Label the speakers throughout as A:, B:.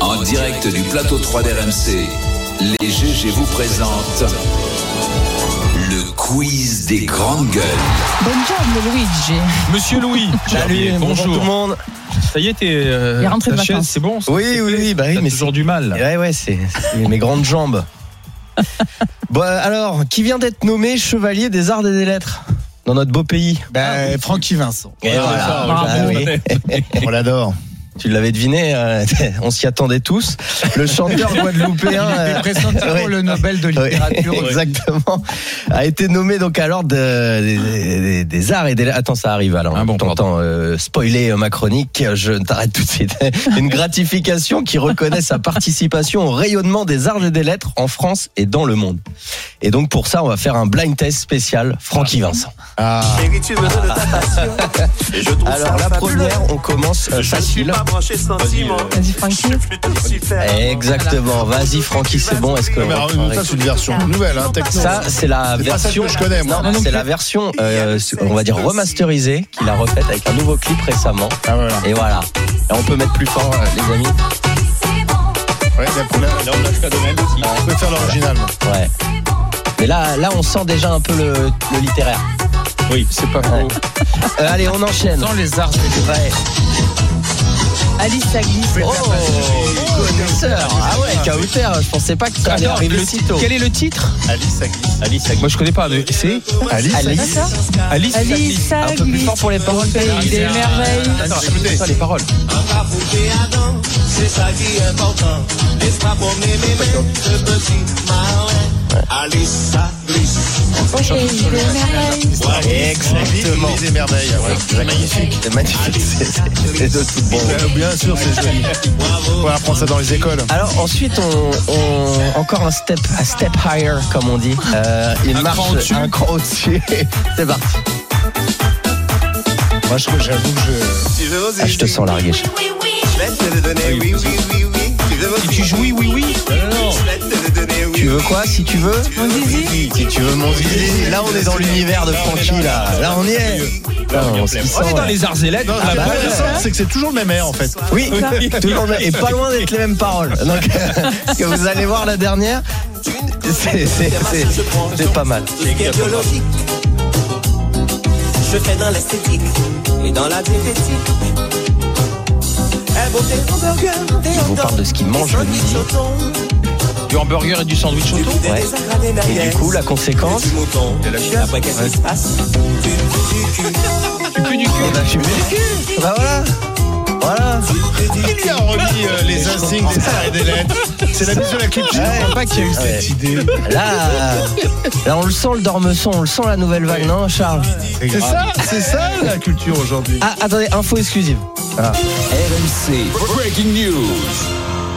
A: En direct du plateau 3 d'RMC, les GG vous présentent le quiz des grandes gueules.
B: Bonne job, le Luigi.
C: Monsieur Louis, Gerbier,
D: Salut, bonjour tout le monde.
C: Ça y est, t'es euh,
B: Il est rentré
C: ta
B: de
C: chaise,
B: vacances.
C: c'est bon. ça,
D: Oui,
C: c'est
D: oui,
C: fait.
D: oui, bah oui,
C: T'as
D: mais
C: toujours du mal.
D: Ouais, ouais, c'est c'est mes, mes grandes jambes. Bon, alors, qui vient d'être nommé chevalier des arts et des lettres dans notre beau pays
E: Ben, Francky Vincent.
D: Et voilà,
C: ça,
D: bah
B: bravo.
D: oui.
E: On l'adore.
D: Tu l'avais deviné, euh, on s'y attendait tous. Le chanteur guadeloupéen.
E: Il
D: euh,
E: est pressenti pour
D: ouais.
E: le Nobel de
D: Ouais,
E: littérature.
D: exactement. A été nommé donc à l'ordre de- des, des- des arts et des. Attends, ça arrive alors.
C: Ah bon,
D: T'entends euh, spoiler euh, ma chronique. Je t'arrête tout de suite. Une gratification qui reconnaît sa participation au rayonnement des arts et des lettres en France et dans le monde. Et donc pour ça, on va faire un blind test spécial Francky Vincent.
E: Ah,
F: Les rituels de ta passion. Et je trouve ça
D: Alors la
F: fabuleux.
D: première, on commence euh,
F: je ne suis
D: facile.
F: pas branché sentiment.
B: Vas-y, Francky.
F: Je suis plutôt différent.
D: Exactement. Vas-y Francky, c'est bon. Est-ce que
G: Ouais, Ah, mais alors, ça, c'est une version nouvelle, hein, techno.
D: Ça, c'est la
G: C'est pas celle
D: version
G: que je connais, moi.
D: Non, c'est la version, euh, on va dire remasterisée, qu'il a refaite avec un nouveau clip récemment.
G: Ah, voilà.
D: Et voilà. Et on peut mettre plus fort, euh, les amis.
G: Ouais, là, pour la- là, on lâche la domaine aussi. Ah, On peut faire l'original.
D: Ouais. Mais là, là, on sent déjà un peu le, le littéraire.
C: Oui, Ah, c'est pas
D: Ouais.
C: faux.
D: Euh, allez, on enchaîne.
C: Sans les arts. c'est-
D: Ouais.
B: Alice, ça glisse.
D: Oh, connaisseur. Ah ouais, Kauter, je pensais pas que ça allait
C: Attends,
D: arriver
C: le
D: si tôt.
C: Quel est le titre
G: Alice, ça glisse. Alice,
C: Moi, je connais pas. mais C'est
G: Alice, ça glisse.
C: Alice.
D: Alice,
B: Alice, ça
D: un
B: glisse.
D: peu plus fort pour les paroles.
B: Pays des merveilles.
C: Attends,
G: Alice, écoutez.
C: c'est ça, les paroles.
F: C'est ça qui est important. Laisse-moi promener mes mains. Le petit marin. Allez, ça glisse.
B: Pays des merveilles.
G: Ouais,
D: Exactement.
G: Alice, des merveilles. ouais. Magnifique.
D: C'est magnifique. c'est- c'est- C'est de tout bon.
G: Euh, Bien sûr, c'est joli. On va apprendre ça dans les écoles.
D: Alors ensuite, on, on- encore un step, un step higher comme on dit. Euh, il
C: Un
D: marche
C: cran au-dessus.
D: un cran au-dessus. C'est parti.
G: Moi, je- j'avoue que je.
F: Si je vous ai
D: Ah, je te
F: dit,
D: sens largué. chef.
F: je vais te le donner. Oui, oui, oui, oui. Si je vous ai
C: Si tu
F: dit,
C: joues oui, oui, oui.
F: je vais te le donner. Oui,
D: Tu veux quoi Si tu veux.
B: Mon zizi.
D: Si tu veux mon zizi. Là, on est dans l'univers de Francky. Là, là, on y est. Là, on s'y sent,
C: On est dans
D: ouais.
C: les arts et lettres.
G: Non,
C: Ah
G: la
C: bah,
G: bonne
C: ouais.
G: leçon, c'est que c'est toujours le même air, en fait.
D: Oui, tout le monde et pas loin d'être les mêmes paroles. Donc, que vous allez voir la dernière, c'est- c'est c'est- c'est pas mal.
F: Tout ce qui est biologique. Je fais dans l'esthétique et dans la diététique. Un beauté hamburger, des
D: vous
F: hot dogs,
D: parle de ce qu'il
F: des
D: mange, le
F: sandwichs
D: midi.
F: au thon,
C: Du hamburger et du sandwich
F: du
C: autour.
F: poulet,
D: ouais.
F: des agrades, des
D: Et
F: nuggets,
D: du coup, la conséquence,
F: du mouton. Et après, qu'est-ce qui se passe Tu me dis du cul,
C: Ah,
D: on a fumé. Bah voilà, voilà.
G: Il lui a remis euh, les insignes des arts et des lettres. C'est la mise de la culture.
D: Ouais.
G: pas qu'il y a eu
D: Ouais.
G: idée.
D: Là, là, on le sent le dormeçon, on le sent la nouvelle vague, non, Charles
G: C'est ça, c'est ça la culture aujourd'hui.
D: Ah, attendez, info exclusive. Ah.
A: RMC Breaking News.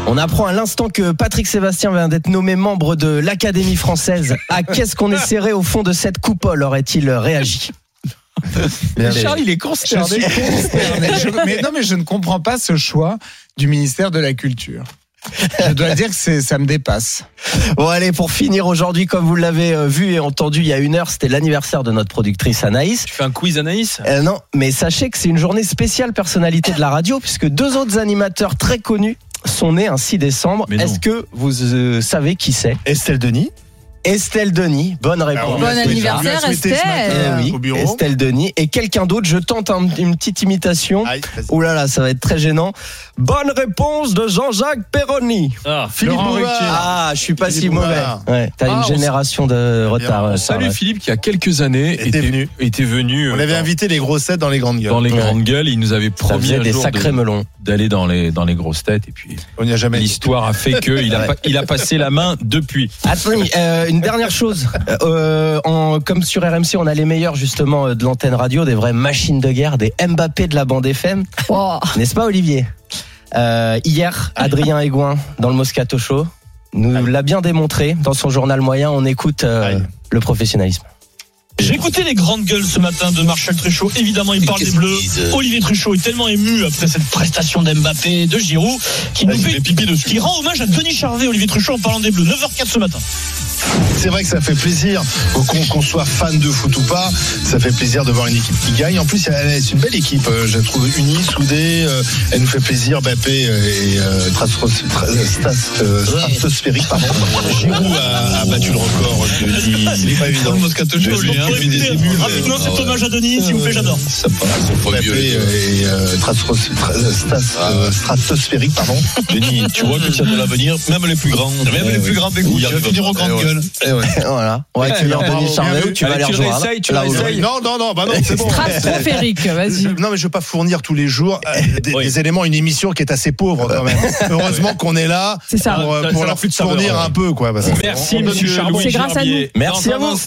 D: On apprend à l'instant que Patrick Sébastien vient d'être nommé membre de l'Académie française. À qu'est-ce qu'on est serré au fond de cette coupole aurait-il réagi
C: Charles, il est
E: je suis
C: consterné.
E: consterné. Je- mais non, mais je ne comprends pas ce choix du ministère de la Culture. Je dois dire que c'est- ça me dépasse.
D: Bon allez, pour finir aujourd'hui, comme vous l'avez euh, vu et entendu il y a une heure, c'était l'anniversaire de notre productrice Anaïs.
C: Tu fais un quiz, Anaïs
D: Euh, non, mais sachez que c'est une journée spéciale personnalité de la radio, puisque deux autres animateurs très connus sont nés un 6 décembre.
C: Mais non.
D: Est-ce que vous euh, savez qui c'est
G: Estelle Denis.
D: Estelle Denis, bonne
G: Ah
D: réponse.
B: Bon anniversaire,
D: Eh
B: Estelle.
D: oui,
G: au bureau.
D: Estelle Denis et quelqu'un d'autre. Je tente un- une petite imitation.
G: Aïe, vas-y.
D: Ouh là là, ça va être très gênant. Bonne réponse de Jean-Jacques Perroni.
C: Ah,
G: Philippe
E: Laurent
G: Bouvard.
E: Ruquier.
D: Ah, je suis pas si
G: Philippe
D: mauvais.
G: Bouvard.
D: Ouais, T'as
C: Ah,
D: une
C: on
D: génération de retard. euh,
C: Salut
D: Sarah.
C: Philippe qui a quelques années
G: Était
C: était
G: venu.
C: était venu, euh,
G: On avait
C: dans-
G: invité les grossettes dans les grandes gueules.
C: dans les
D: Ouais.
C: grandes gueules. Il nous avait
D: Ça
C: promis
D: faisait
C: un
D: des
C: jour
D: sacrés
C: de-
D: melons.
C: d'aller dans les dans les grosses têtes et puis
G: On n'y a jamais. été.
C: l'histoire a fait que il a pas- il a passé la main depuis.
D: Attends, euh, une dernière chose. Euh, en- comme sur RMC, on a les meilleurs justement euh, de l'antenne radio, des vraies machines de guerre, des Mbappé de la bande FM,
B: Oh,
D: n'est-ce pas Olivier Euh, Hier, Adrien Aigouin dans le Moscato Show nous l'a bien démontré dans son journal moyen. On écoute euh,
G: Aïe.
D: le professionnalisme.
H: J'ai écouté les grandes gueules ce matin de Marshall Truchot. Évidemment, il parle des Bleus. Olivier Truchot est tellement ému après cette prestation d'Mbappé, de Giroud, qui nous fait pipi dessus. Il rend hommage à Denis Charvet, Olivier Truchot, en parlant des Bleus. 9h04 ce matin.
G: C'est vrai que ça fait plaisir, qu'on qu'on soit fan de foot ou pas, ça fait plaisir de voir une équipe qui gagne. En plus, elle- c'est une belle équipe, euh, je la trouve unie, soudée, euh, elle nous fait plaisir, Bappé et euh, Trastros- Tra- Stas- euh, Stratosphérique, pardon. Giroud a, a battu le record, je le dis, il est pas évident.
C: Moscato Show, lui, hein.
H: Rapidement, cet hommage à Denis, s'il vous plaît, j'adore.
G: Mbappé et euh, Trastros- Tra- Stas- euh, Stratosphérique, pardon.
I: Denis, tu vois que ça de l'avenir, même les plus grands. Même les plus grands dégoûtent. Ils finiront grande gueule.
D: voilà. On va accueillir
G: bien,
D: Denis
G: bravo,
D: Charvet, tu vas
C: Allez,
D: les
C: tu
D: rejoindre.
C: réessayes, tu
D: là, là,
C: réessayes.
G: Non, non, non, bah non, c'est bon.
B: Stratosphérique,
G: Je-
B: vas-y.
G: non, mais je veux pas fournir tous les jours euh, des,
C: Oui.
G: des éléments, une émission qui est assez pauvre quand même. Heureusement qu'on est là
B: C'est ça.
G: pour, euh,
C: Ça, ça
G: pour
C: leur
G: leur
C: fout de
G: fournir
C: saveur,
G: un peu, quoi. parce que-
C: Merci,
B: C'est
C: monsieur
B: grâce à
C: Louis
B: nous.
C: Gerbier.
D: Merci
C: Dans
D: à
C: un
D: vous.